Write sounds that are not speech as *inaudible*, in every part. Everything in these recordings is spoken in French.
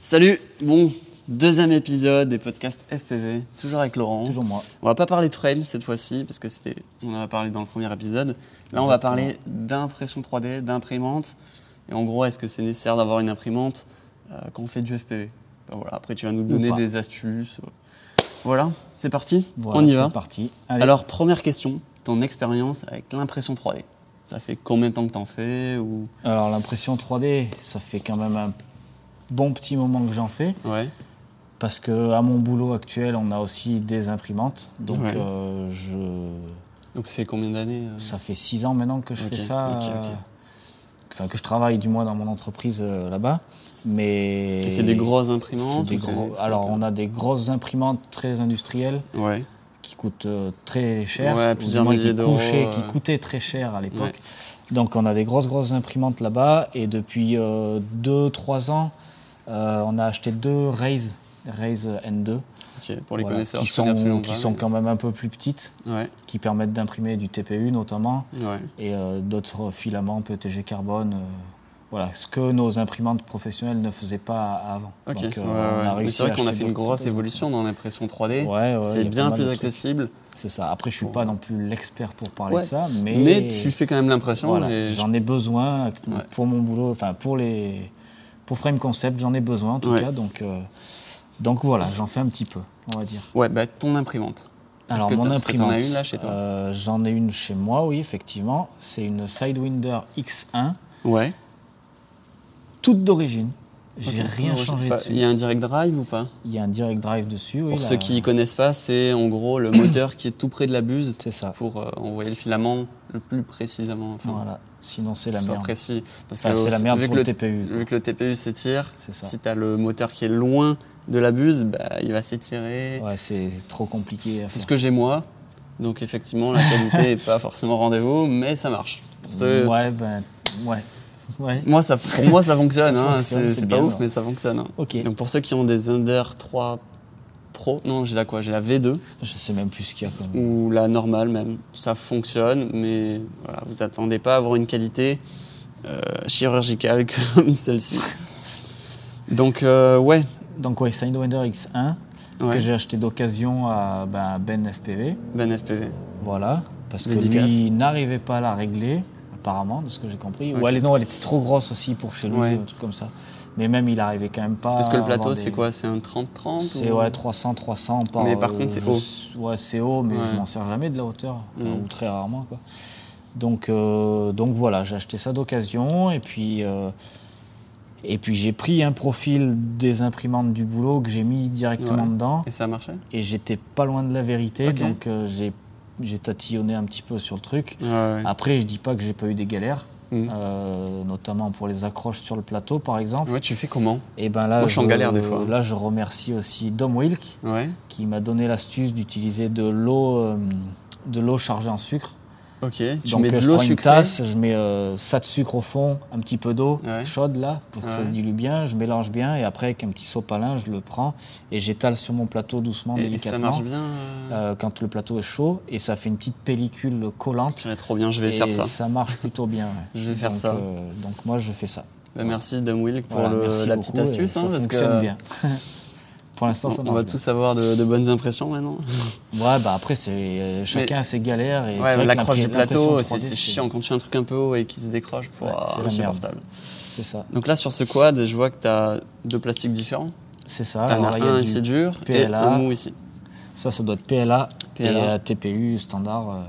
Salut, bon, deuxième épisode des podcasts FPV, toujours avec Laurent. Toujours moi. On va pas parler de frame cette fois-ci, parce que c'était, on en a parlé dans le premier épisode. Là, on Exactement. va parler d'impression 3D, d'imprimante, et en gros, est-ce que c'est nécessaire d'avoir une imprimante euh, quand on fait du FPV Ben voilà, Après, tu vas nous donner pas. des astuces. Voilà, c'est parti, Voilà, on y va. C'est parti. Allez. Alors, première question, ton expérience avec l'impression 3D. Ça fait combien de temps que t'en fais ou... Alors, l'impression 3D, ça fait quand même un bon petit moment que j'en fais Ouais, parce que à mon boulot actuel, on a aussi des imprimantes. Donc, Ouais. euh, je... donc ça fait combien d'années euh ça fait six ans maintenant que je Ok, fais ça. ok, ok. euh, Enfin, que je travaille du moins dans mon entreprise euh, là-bas. Mais Et c'est des grosses c'est imprimantes des ou c'est- gros- c'est Alors, quoi on a des grosses imprimantes très industrielles Ouais, qui coûtent euh, très cher, Ouais, ou du plusieurs moins qui milliers d'euros, couchaient- qui euh. coûtaient très cher à l'époque. Ouais. Donc on a des grosses grosses imprimantes là-bas et depuis 2-3 ans, euh, on a acheté deux Raze, Raze N2, ok, pour les voilà, connaisseurs. qui je connais absolument sont, qui pas, sont mais- quand même un peu plus petites, Ouais, qui permettent d'imprimer du TPU notamment ouais, et euh, d'autres filaments PETG carbone. euh, voilà, ce que nos imprimantes professionnelles ne faisaient pas avant. ok. Donc, euh, ouais, on a ouais. Mais réussi c'est vrai à qu'on a acheter fait une d'autres grosse choses. évolution dans l'impression 3D. Ouais, ouais, il y a c'est pas bien mal plus de trucs. accessible, C'est ça. Après, je suis pas non plus l'expert pour parler Ouais. de ça, mais, mais... tu fais quand même l'impression. Voilà, et je- j'en ai besoin Ouais. pour mon boulot, enfin pour les, pour Frame Concept, j'en ai besoin en tout Ouais. cas, donc euh, donc voilà, j'en fais un petit peu, on va dire. Ouais, bah ton imprimante. Parce Alors que mon t'as- parce que t'en imprimante, as une là chez toi. euh, j'en ai une chez moi, oui effectivement, c'est une Sidewinder X1, Ouais. toute d'origine. J'ai Ok. rien Ouais, changé pas- dessus. Il y a un direct drive ou pas Il y a un direct drive dessus. oui, Pour là, ceux qui connaissent pas, c'est en gros le moteur qui est tout près de la buse c'est ça. pour euh, envoyer le filament le plus précisément. Enfin, Voilà. Sinon c'est la soit merde. précis. Parce Enfin, que c'est la merde vu pour que le Euh, le TPU. quoi. Vu que le TPU s'étire, C'est ça. si tu as le moteur qui est loin de la buse, bah, il va s'étirer. Ouais, c'est trop compliqué. à C'est ce faire. que j'ai moi. Donc effectivement, la qualité n'est pas forcément rendez-vous, mais ça marche. Pour ceux- Ouais, ben ouais, ouais. moi, ça, pour moi, ça fonctionne. Ça hein. fonctionne, C'est- c'est C'est pas bien, ouf, alors. mais ça fonctionne. hein. Ok. Donc pour ceux qui ont des Under 3 Pro, non, j'ai la quoi J'ai la V2 Je sais même plus ce qu'il y a comme. ou la normale même. Ça fonctionne, mais voilà, vous attendez pas à avoir une qualité euh, chirurgicale *laughs* comme celle-ci. Donc euh, ouais. Donc ouais, Sidewinder X1 que ouais. j'ai acheté d'occasion à ben, Ben FPV, Ben FPV. voilà, parce que Dédicace. lui il n'arrivait pas à la régler apparemment, de ce que j'ai compris. Ok. Ou elle, non, elle était trop grosse aussi pour chez lui, Ouais. un truc comme ça. Mais même il arrivait quand même pas. Parce que le à avoir plateau, des- c'est quoi C'est un 30-30 C'est ou- ouais 300 300 par. Mais par contre, c'est je- Ouais, c'est haut, mais je Ouais. m'en sers jamais de la hauteur, enfin, Mm. ou très rarement quoi. Donc euh, donc voilà, j'ai acheté ça d'occasion et puis. euh, et puis j'ai pris un profil des imprimantes du boulot que j'ai mis directement Ouais. dedans. Et ça marchait et j'étais pas loin de la vérité, Ok. donc euh, j'ai j'ai tatillonné un petit peu sur le truc. Ouais, ouais. Après, je dis pas que j'ai pas eu des galères, Mhm. euh, notamment pour les accroches sur le plateau, par exemple. Ouais, tu fais comment Et ben là, Moi, je suis en galère des fois. Là, je remercie aussi Dom Wilk Ouais, qui m'a donné l'astuce d'utiliser de l'eau euh, de l'eau chargée en sucre. ok. Tu donc mets euh, de je l'eau prends une sucrée tasse, je mets euh, ça de sucre au fond, un petit peu d'eau Ouais. chaude là pour que ça se Ouais. dilue bien. Je mélange bien et après avec un petit sopalin, je le prends et j'étale sur mon plateau doucement, et- et, délicatement. ça marche bien euh, euh, quand le plateau est chaud et ça fait une petite pellicule collante. Purée, trop bien, je vais et faire ça. marche plutôt bien. ouais. Je vais faire donc, ça. euh, donc moi je fais ça. Bah, merci Dom Wilk pour Voilà, le- merci la petite beaucoup, et astuce. ça hein, parce fonctionne que bien. *laughs* Pour l'instant ça On, on marche. va bien. tous avoir de, de bonnes impressions maintenant. Ouais bah après c'est euh, chacun a ses galères et c'est Ouais, vrai que l'accroche du l'imprim- plateau, l'impression c'est 3D, c'est chiant. Quand tu fais un truc un peu haut et qui se décroche, pour Ouais, c'est la merde. insupportable. C'est ça. Donc là, sur ce quad, je vois que tu as deux plastiques différents. C'est ça. T'en Ah, Alors as là, il y a un du- ici dur et PLA. un mou ici. Ça ça doit être PLA, PLA. et euh, TPU standard. euh.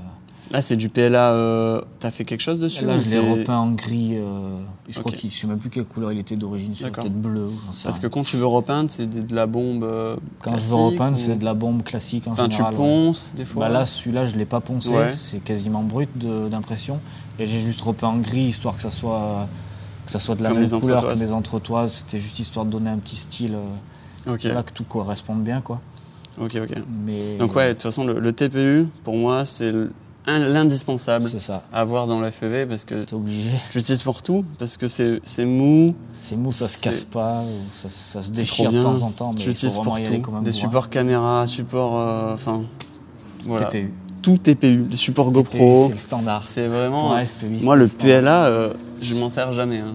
Là, c'est du PLA. Euh, T'as fait quelque chose dessus Là ou je l'ai c'est- repeint en gris. euh, je crois Ok. qu'il je sais même plus quelle couleur il était d'origine, c'est D'accord. peut-être bleu. ou j'en sais Parce que rien. quand tu veux repeindre, c'est de de la bombe. euh, quand je classique veux repeindre ou- c'est de la bombe classique en Enfin, tu général. ouais. ponces des fois. Bah là, celui-là, je l'ai pas poncé, Ouais. c'est quasiment brut de- d'impression. Et j'ai juste repeint en gris, histoire que ça soit, que ça soit de la Comme les même couleur que entretoises. mes entretoises. C'était juste histoire de donner un petit style, euh, ok, voilà, que tout corresponde bien, quoi. ok, ok. Mais Donc ouais, de toute façon, le, le TPU, pour moi, c'est l- un- l'indispensable c'est ça, à avoir dans le FPV parce que t'es obligé. tu l'utilises pour tout, parce que c'est c'est mou, C'est mou, ça se C'est- casse pas, ou ça, ça se c'est trop déchire de bien, temps en temps, mais tu il faut l'utilises pour vraiment y aller quand tout. même. Des loin. supports caméra, supports... euh, Enfin, voilà. TPU. Tout TPU, les supports TPU, GoPro, c'est le standard. c'est Pour vraiment... euh, un FPV, moi, c'est le standard. PLA, euh, je m'en sers jamais. hein.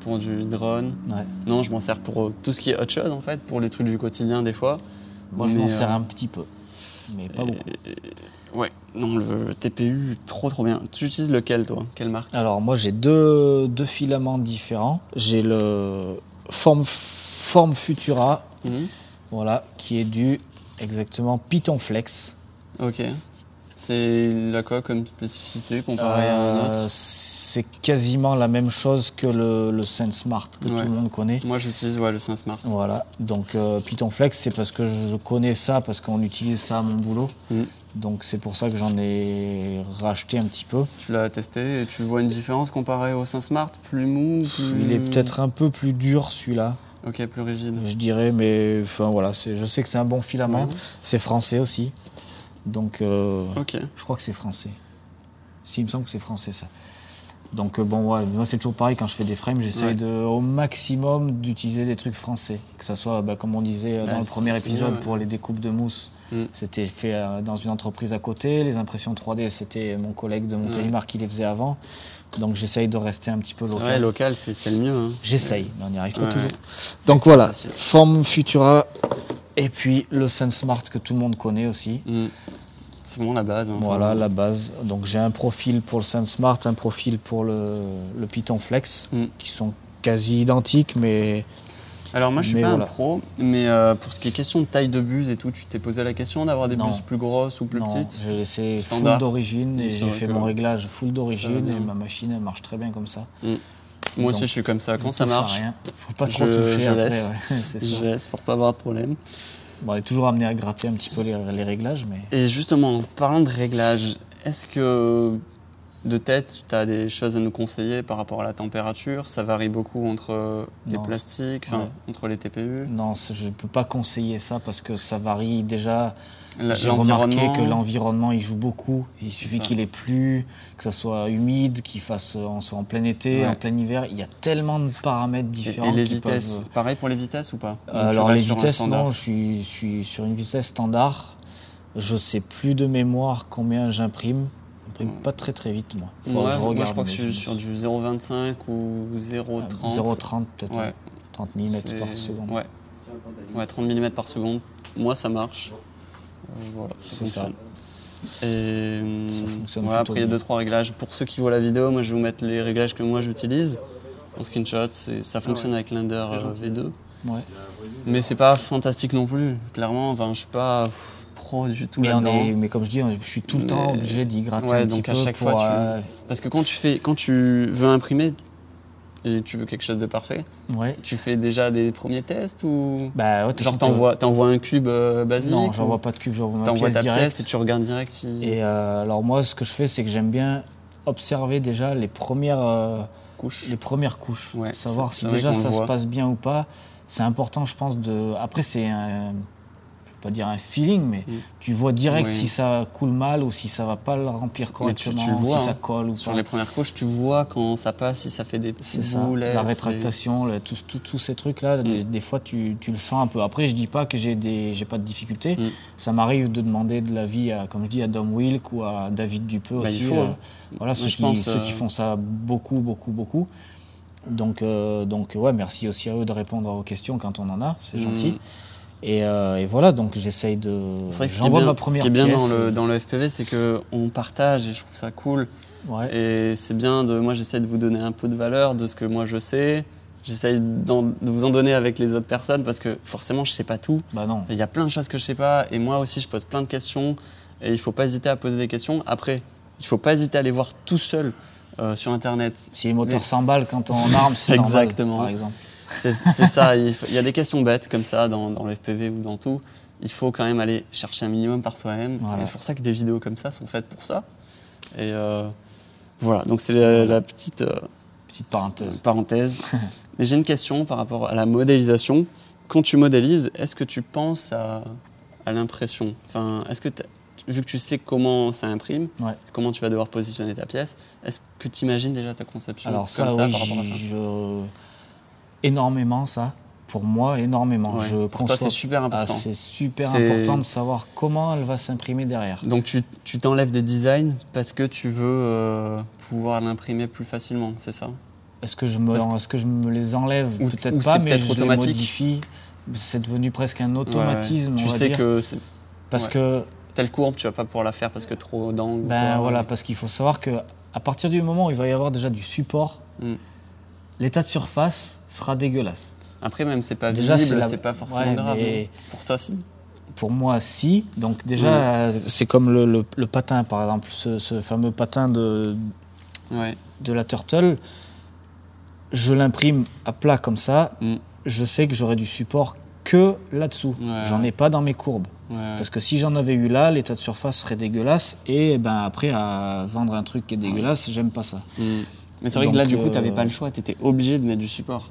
pour du drone. Ouais. Non, je m'en sers pour euh, tout ce qui est autre chose en fait, pour les trucs du quotidien des fois. Moi, je Mais, m'en euh, sers un petit peu, mais pas beaucoup. Ouais, non, le TPU, trop trop bien. Tu utilises lequel toi Quelle marque Alors moi j'ai deux, deux filaments différents. J'ai le Form, Form Futura, Mhm. voilà, qui est du exactement Python Flex. Ok. C'est la quoi comme spécificité comparé à un autre Euh, c'est quasiment la même chose que le, le SenseMart que Ouais. tout le monde connaît. Moi j'utilise ouais, le SenseMart. Voilà, donc euh, Python Flex, c'est parce que je connais ça, parce qu'on utilise ça à mon boulot. Mhm. Donc c'est pour ça que j'en ai racheté un petit peu. Tu l'as testé et tu vois une différence comparé au SenseMart Plus mou plus... Il est peut-être un peu plus dur celui-là, Ok, plus rigide. je dirais, mais enfin voilà, c'est- je sais que c'est un bon filament. Ouais. C'est français aussi. Donc, euh, Ok. je crois que c'est français. Si, il me semble que c'est français, ça. Donc, euh, bon, ouais, moi, c'est toujours pareil. Quand je fais des frames, j'essaye Ouais. de, au maximum d'utiliser des trucs français. Que ça soit, bah, comme on disait euh, Bah, dans le c'est- premier c'est épisode, bien, ouais. pour les découpes de mousse, Mm. c'était fait euh, dans une entreprise à côté. Les impressions 3D, c'était mon collègue Mm. de Montélimar qui les faisait avant. Donc, j'essaye de rester un petit peu C'est local. vrai, local, c'est c'est le mieux. hein. J'essaye, mais on n'y arrive pas Ouais, toujours. ouais. Donc c'est voilà, facile. Forme Futura et puis le SenseMart que tout le monde connaît aussi. Mm. C'est vraiment la base. hein. Voilà Enfin, la base. Donc j'ai un profil pour le SenseMart, un profil pour le, le Python Flex, Mm. qui sont quasi identiques, mais Alors moi je suis Mais pas voilà. un pro, mais euh, pour ce qui est question de taille de buse et tout, tu t'es posé la question d'avoir des Non. buses plus grosses ou plus non, petites j'ai laissé full Standard. d'origine et C'est j'ai vrai fait que mon réglage full d'origine bien. et ma machine elle marche très bien comme ça. Moi aussi donc, je suis comme ça. Quand Je ça touche à marche, rien. Faut pas trop je- toucher je après, laisse. ouais, *laughs* c'est ça. je laisse pour pas avoir de problème. Bon, on est toujours amené à gratter un petit peu les, les réglages, mais Et justement, en parlant de réglage, est-ce que de tête, tu as des choses à nous conseiller par rapport à la température Ça varie beaucoup entre euh, les Non, c'est- plastiques, enfin, ouais. entre les TPU, non, c'est- je peux pas conseiller ça parce que ça varie déjà. la- J'ai remarqué l'environnement. que l'environnement il joue beaucoup. Il suffit ça. qu'il ait plu, que ça soit humide, qu'il fasse on soit en plein été, Ouais. en plein hiver. Il y a tellement de paramètres Et- différents. Et les qui peuvent- euh, vitesses, pareil pour les vitesses ou pas Ou tu Alors les restes sur un vitesses, standard non, je suis, je suis sur une vitesse standard. Je sais plus de mémoire combien j'imprime. J'imprime Ouais. pas très très vite moi. Faut Hmm. Moi je, moi, que je regarde, crois que je mais suis sur du 0,25 ou Ah, 0,30. 0,30 peut-être, Ouais, 30 mm par c'est- seconde. Ouais. Ouais, 30 mm par seconde. Moi, ça marche. Euh, voilà, ça C'est ça. fonctionne. Et hum, Ça fonctionne voilà, plutôt après, il y a bien. deux, trois réglages. Pour ceux qui voient la vidéo, moi, je vais vous mettre les réglages que moi j'utilise en screenshot. c'est- Ça fonctionne avec Blender euh, V2. Ouais. Mais c'est pas fantastique non plus. Clairement, enfin, je suis pas pff, pro du tout Mais, on là-dedans. est- mais comme je dis, on- je suis tout le temps Mais- obligé d'y gratter Ouais, un donc petit à peu chaque pour, fois, tu- euh, Parce que quand tu, fais, quand tu veux imprimer et tu veux quelque chose de parfait, ouais. tu fais déjà des premiers tests ou. Bah, ouais, t'es- Genre, t'es- t'envoies t'envoies un cube euh, basique Non, ou- j'envoie pas de cube, j'envoie ma T'envoies pièce ta directe. pièce et tu regardes direct si Et euh, alors moi, ce que je fais, c'est que j'aime bien observer déjà les premières, euh, couche. les premières couches, Ouais, c'est- savoir si c'est vrai déjà qu'on le ça se voit. passe bien ou pas. C'est important, je pense, de... Après, c'est un... Je vais pas dire un feeling, mais Mm. tu vois direct Oui. si ça coule mal ou si ça va pas le Mais remplir tu- correctement, tu le vois, si ça hein, colle ou Sur pas. les premières couches, tu vois quand ça passe, si ça fait des C'est petites ça, boulettes. la des- Mm. rétractation, le- tous tous- tous ces trucs-là, des, des fois tu, tu le sens un peu. Après, je dis pas que j'ai des- j'ai pas de difficultés. Mm. Ça m'arrive de demander de l'avis, à, comme je dis, à Dom Wilk ou à David Dupeux Bah, aussi. euh, il faut, hein. Voilà, Moi, ceux, je qui, pense, ceux qui euh, font ça beaucoup, beaucoup, beaucoup. Donc, euh, donc ouais, merci aussi à eux de répondre aux questions quand on en a, c'est Mm. gentil. Et, euh, et voilà, donc j'essaye de. C'est vrai que ce qui est J'envoie bien, ma ce première qui est bien dans, pièce euh. le, et- dans le FPV, c'est qu'on partage et je trouve ça cool. ouais. Et c'est bien de. Moi, j'essaie de vous donner un peu de valeur de ce que moi je sais. J'essaie d'en- de vous en donner avec les autres personnes parce que forcément, je sais pas tout. Bah non. Il y a plein de choses que je sais pas et moi aussi je pose plein de questions et il faut pas hésiter à poser des questions. Après, il faut pas hésiter à les voir tout seul euh, sur internet. Si les moteurs Mais- s'emballent quand on arme, c'est *laughs* normal. Exactement. Par exemple. C'est c'est ça, il, faut- il y a des questions bêtes comme ça dans, dans le FPV ou dans tout. Il faut quand même aller chercher un minimum par soi-même. Voilà. Et c'est pour ça que des vidéos comme ça sont faites pour ça. Et euh, voilà, donc c'est la, la petite euh, Petite parenthèse. *laughs* parenthèse. Mais j'ai une question par rapport à la modélisation. Quand tu modélises, est-ce que tu penses à, à l'impression enfin, est-ce que t'as- Vu que tu sais comment ça imprime, Ouais. comment tu vas devoir positionner ta pièce, est-ce que tu imagines déjà ta conception Alors comme ça, ça oui, par rapport à ça j'y- je- énormément ça. Pour moi, énormément. Ouais. Je Pour toi, conçois- c'est super Ah, important. c'est super C'est- important de savoir comment elle va s'imprimer derrière. Donc tu tu t'enlèves des designs parce que tu veux euh, pouvoir l'imprimer plus facilement, c'est ça Est-ce que, je me, Parce que- est-ce que je me les enlève Ou- ou Peut-être c'est pas, mais peut-être je les automatique. modifie. C'est devenu presque un Ouais, automatisme, Tu on va sais dire. que c'est- Parce ouais. que telle courbe, tu vas pas pouvoir la faire parce que trop d'angle. Ben quoi. voilà, parce qu'il faut savoir que à partir du moment où il va y avoir déjà du support, Mm. l'état de surface sera dégueulasse. Après, même, c'est pas Déjà, visible, la- c'est pas forcément Ouais, grave. hein. mais Pour toi, si. Pour moi, si. Donc Mm. déjà, c'est comme le, le- le patin, par exemple, ce, ce fameux patin de, Ouais. de la turtle. Je l'imprime à plat comme ça. Mm. Je sais que j'aurai du support que là-dessous. Ouais. J'en ai pas dans mes courbes. Ouais. Parce que si j'en avais eu là, l'état de surface serait dégueulasse. Et ben après, à vendre un truc qui est dégueulasse, j'aime pas ça. Mm. Mais c'est vrai que Donc, là, du coup, euh, t'avais pas le choix, t'étais obligé de mettre du support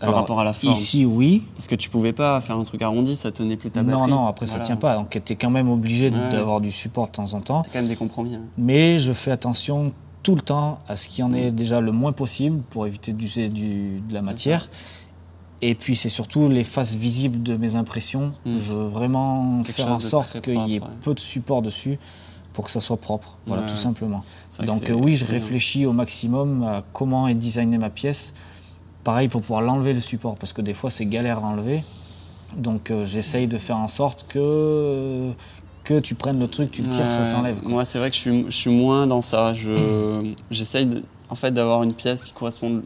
par Alors, rapport à la forme. Ici, oui. Parce que tu pouvais pas faire un truc arrondi, ça tenait plus ta Non, batterie. non, après ça Voilà. tient pas. Donc t'es quand même obligé Ouais. d'avoir du support de temps en temps. C'est quand même des compromis. hein. Mais je fais attention tout le temps à ce qu'il y en Mm. ait déjà le moins possible pour éviter d'user du- de la matière. Et puis c'est surtout les faces visibles de mes impressions. Mm. Je veux vraiment Quelque faire chose en de sorte très qu'il y ait propre, ouais. peu de support dessus pour que ça soit propre. Voilà, Ouais, tout ouais. simplement. C'est vrai que Donc c'est- euh, oui, je c'est- réfléchis au maximum à comment est designée ma pièce. Pareil pour pouvoir l'enlever le support, parce que des fois c'est galère à enlever. Donc euh, j'essaye de faire en sorte que, que tu prennes le truc, tu le tires, ça Ouais, s'enlève. quoi. Moi, c'est vrai que je suis, je suis moins dans ça. *coughs* Je, j'essaye de- en fait d'avoir une pièce qui corresponde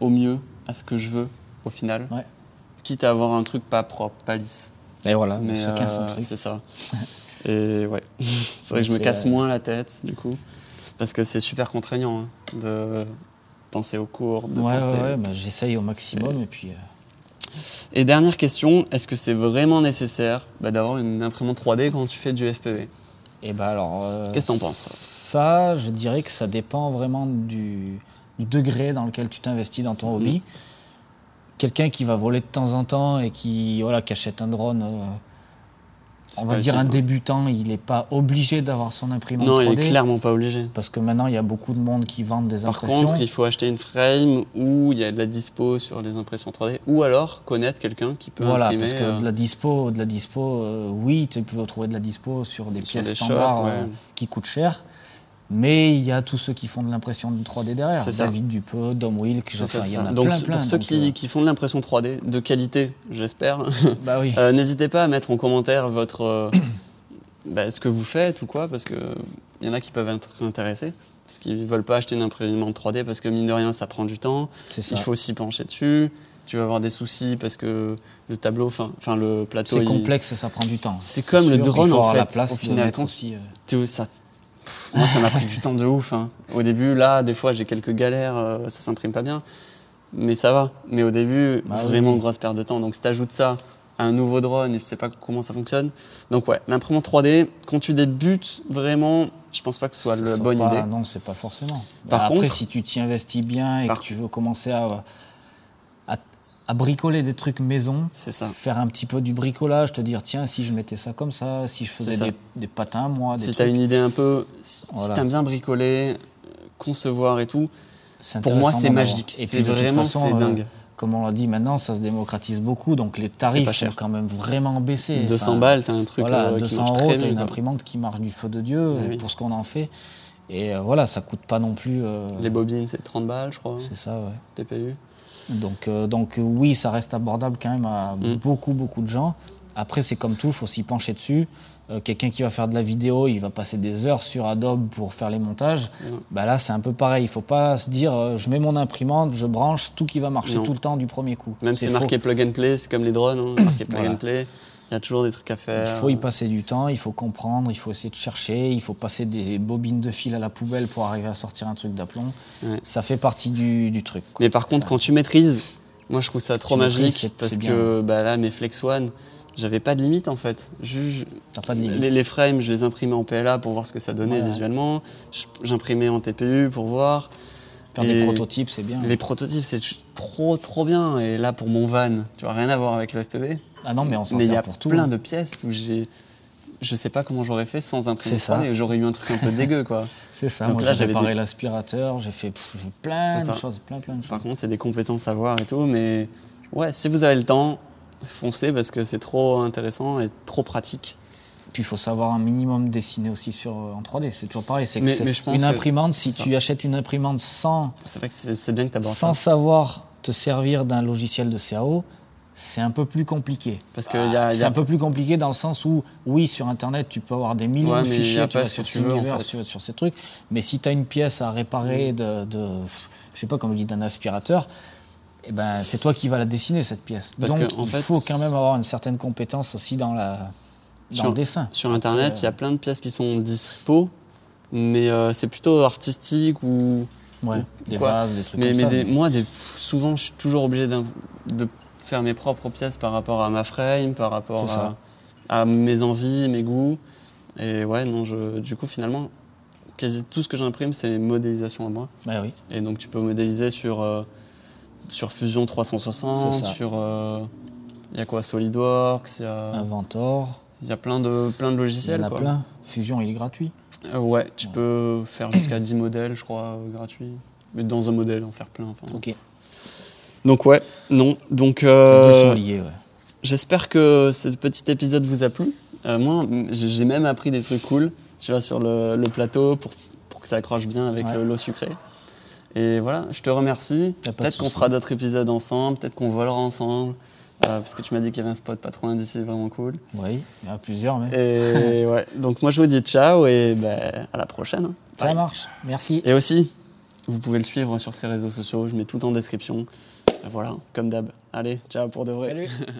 au mieux à ce que je veux au final. Ouais. Quitte à avoir un truc pas propre, pas lisse. Et voilà, Mais chacun son euh, truc. c'est *laughs* ça. Et ouais, *laughs* c'est vrai Mais que je me c'est, casse euh, moins la tête du coup, parce que c'est super contraignant hein, de penser aux courbes. De Ouais, ouais, penser- ouais, bah, j'essaye au maximum et puis... euh, Et dernière question, est-ce que c'est vraiment nécessaire bah, d'avoir une imprimante 3D quand tu fais du FPV Et bah alors... euh, Qu'est-ce que t'en penses Ça, je dirais que ça dépend vraiment du, du degré dans lequel tu t'investis dans ton Mm. hobby. Quelqu'un qui va voler de temps en temps et qui, voilà, qui achète un drone... euh, C'est on pas va dire un utile, débutant, il n'est pas obligé d'avoir son quoi. imprimante Non, 3D. il est clairement pas obligé. Parce que maintenant, il y a beaucoup de monde qui vendent des Par impressions. contre, il faut acheter une frame où il y a de la dispo sur les impressions 3D, ou alors connaître quelqu'un qui peut voilà, imprimer parce que euh, de la dispo, de la dispo, euh, oui, tu peux trouver de la dispo sur des sur pièces des standards shops. ouais. euh, qui coûtent cher. Mais il y a tous ceux qui font de l'impression de 3D derrière. C'est ça. David Dupeux, Dom Wilk, C'est euh, ça, enfin, il y c'est en ça. a Donc, plein, pour plein. ceux donc, qui, qui font de l'impression 3D de qualité, j'espère, *laughs* euh, bah oui. euh, n'hésitez pas à mettre en commentaire votre euh, *coughs* bah, ce que vous faites ou quoi, parce que il y en a qui peuvent être intéressés, parce qu'ils veulent pas acheter une imprimante 3D parce que mine de rien, ça prend du temps. c'est ça. Il faut s'y pencher dessus. Tu vas avoir des soucis parce que le tableau, enfin, enfin, le plateau, C'est il- complexe, ça prend du temps. C'est comme le sûr, drone, il faut en avoir fait, La place au de final, mettre quand- aussi, euh, Théo, ça. pff, moi, ça m'a pris du temps de ouf. hein. Au début, là, des fois, j'ai quelques galères, euh, ça s'imprime pas bien. Mais ça va. Mais au début, Bah oui. vraiment grosse perte de temps. Donc, si t'ajoutes ça à un nouveau drone, et je sais pas comment ça fonctionne. Donc, ouais, l'imprimante 3D, quand tu débutes, vraiment, je pense pas que ce soit Ça la sort bonne pas- idée. Non, c'est pas forcément. Par Après, contre- si tu t'y investis bien et Par- que tu veux commencer à, à, à bricoler des trucs maison, C'est ça. faire un petit peu du bricolage, te dire tiens, si je mettais ça comme ça, si je C'est faisais ça. des, des patins, moi, des Si t'as trucs, une idée un peu, si, si Voilà. t'aimes bien bricoler, euh, concevoir et tout, c'est pour moi, intéressant c'est d'en magique. avoir. Et C'est puis, de toute vraiment, façon, c'est euh, dingue. Comme on l'a dit maintenant, ça se démocratise beaucoup, donc les pas tarifs cher. ont quand même vraiment baissé. 200 Enfin, balles, t'as un truc Voilà, euh, qui 200 marche euros, très t'as bien. une quoi. imprimante qui marche du feu de Dieu Ah euh, oui. pour ce qu'on en fait. Et euh, voilà, ça coûte pas non plus. euh, Les bobines, c'est 30 balles, je crois, hein, c'est ça, ouais. TPU. Donc, euh, donc euh, oui, ça reste abordable quand même à Mm. beaucoup, beaucoup de gens. Après, c'est comme tout, il faut s'y pencher dessus. Euh, Quelqu'un qui va faire de la vidéo, il va passer des heures sur Adobe pour faire les montages. Mm. Bah là, c'est un peu pareil. Il faut pas se dire, euh, je mets mon imprimante, je branche, tout qui va marcher Non. tout le temps du premier coup. Même si c'est faux. marqué plug and play, c'est comme les drones, hein, c'est marqué plug Voilà. and play. Il y a toujours des trucs à Il faire. faut y passer du temps, il faut comprendre, il faut essayer de chercher, il faut passer des bobines de fil à la poubelle pour arriver à sortir un truc d'aplomb. Ouais. Ça fait partie du, du truc. quoi. Mais par contre, quand tu maîtrises, moi je trouve ça trop Tu maîtrises, magique c'est- parce c'est bien. que bah, là, mes Flex One, j'avais pas de limite en fait. Je- je- T'as pas de limite. les, les frames, je les imprimais en PLA pour voir ce que ça donnait Ouais, ouais. visuellement. Je- J'imprimais en TPU pour voir. Faire Et des prototypes, c'est bien. Les prototypes, c'est trop trop bien. Et là, pour mon van, tu vois, rien à voir avec le FPV. Ah non, mais on s'en Mais il y sert a pour tout. hein. plein de pièces où j'ai. Je sais pas comment j'aurais fait sans imprimer C'est ça. 3D. J'aurais eu un truc un peu dégueu *laughs* quoi. C'est ça, Donc moi là, j'ai j'avais réparé des- l'aspirateur, j'ai fait, pff, j'ai fait plein C'est ça. de choses, plein plein de choses. Par contre, c'est des compétences à voir et tout, mais ouais, si vous avez le temps, foncez parce que c'est trop intéressant et trop pratique. Puis il faut savoir un minimum dessiner aussi sur, euh, en 3D. C'est toujours pareil. C'est que Mais- c'est mais je pense une que- imprimante, si c'est tu achètes une imprimante sans, C'est vrai que c'est c'est bien que tu abordes sans ça. savoir te servir d'un logiciel de CAO, c'est un peu plus compliqué. Parce que Ah, y a- c'est y a- un peu plus compliqué dans le sens où, oui, sur Internet, tu peux avoir des millions Ouais, de mais y a fichiers, tu pas vas ce sur que tu veux, en Thingiverse, fait. Mm. tu vas sur ces trucs. Mais si tu as une pièce à réparer de, de- pff, je sais pas, comme je dis, d'un aspirateur, eh ben, c'est toi qui vas la dessiner, cette pièce. Parce Donc, que, en il fait, faut quand même avoir une certaine compétence aussi dans, la, dans Sur- le dessin. Sur Internet, il y a plein de pièces qui sont dispo, mais euh, c'est plutôt artistique ou. Ouais, des Quoi. vases, des trucs Mais, comme mais ça. des- moi, des- souvent, je suis toujours obligé d'un- de faire mes propres pièces par rapport à ma frame, par rapport C'est à, ça. à mes envies, mes goûts. Et ouais, non, je, du coup, finalement, quasi tout ce que j'imprime, c'est les modélisations à moi. Ouais, oui. Et donc, tu peux modéliser sur, euh, sur Fusion 360, C'est ça. sur. il y a quoi SolidWorks, il y a, Inventor, y a plein de, plein de Ah. il y logiciels. en a Ah. quoi. plein. Fusion, il est gratuit. Euh, ouais, tu Ouais. peux faire jusqu'à 10 modèles, je crois, euh, gratuits. Mais dans un modèle, en faire plein. enfin. Ok. Donc ouais, non. Donc Deux euh, sont liés, ouais. j'espère que ce petit épisode vous a plu. Euh, moi, m- j'ai j'ai même appris des trucs cool. Tu vas sur le, le plateau pour, pour que ça accroche bien avec Ouais. euh, l'eau sucrée. Et voilà, je te remercie. Y a pas de Peut-être qu'on souci. fera d'autres épisodes ensemble, peut-être qu'on volera ensemble. euh, parce que tu m'as dit qu'il y avait un spot pas trop loin d'ici, vraiment cool. Oui, il y en a plusieurs, mais Et *laughs* ouais, donc moi je vous dis ciao et ben, à la prochaine. hein. ça marche. Merci. Et aussi, vous pouvez le suivre sur ses réseaux sociaux, je mets tout en description. Voilà, comme d'hab. Allez, ciao pour de vrai. Salut.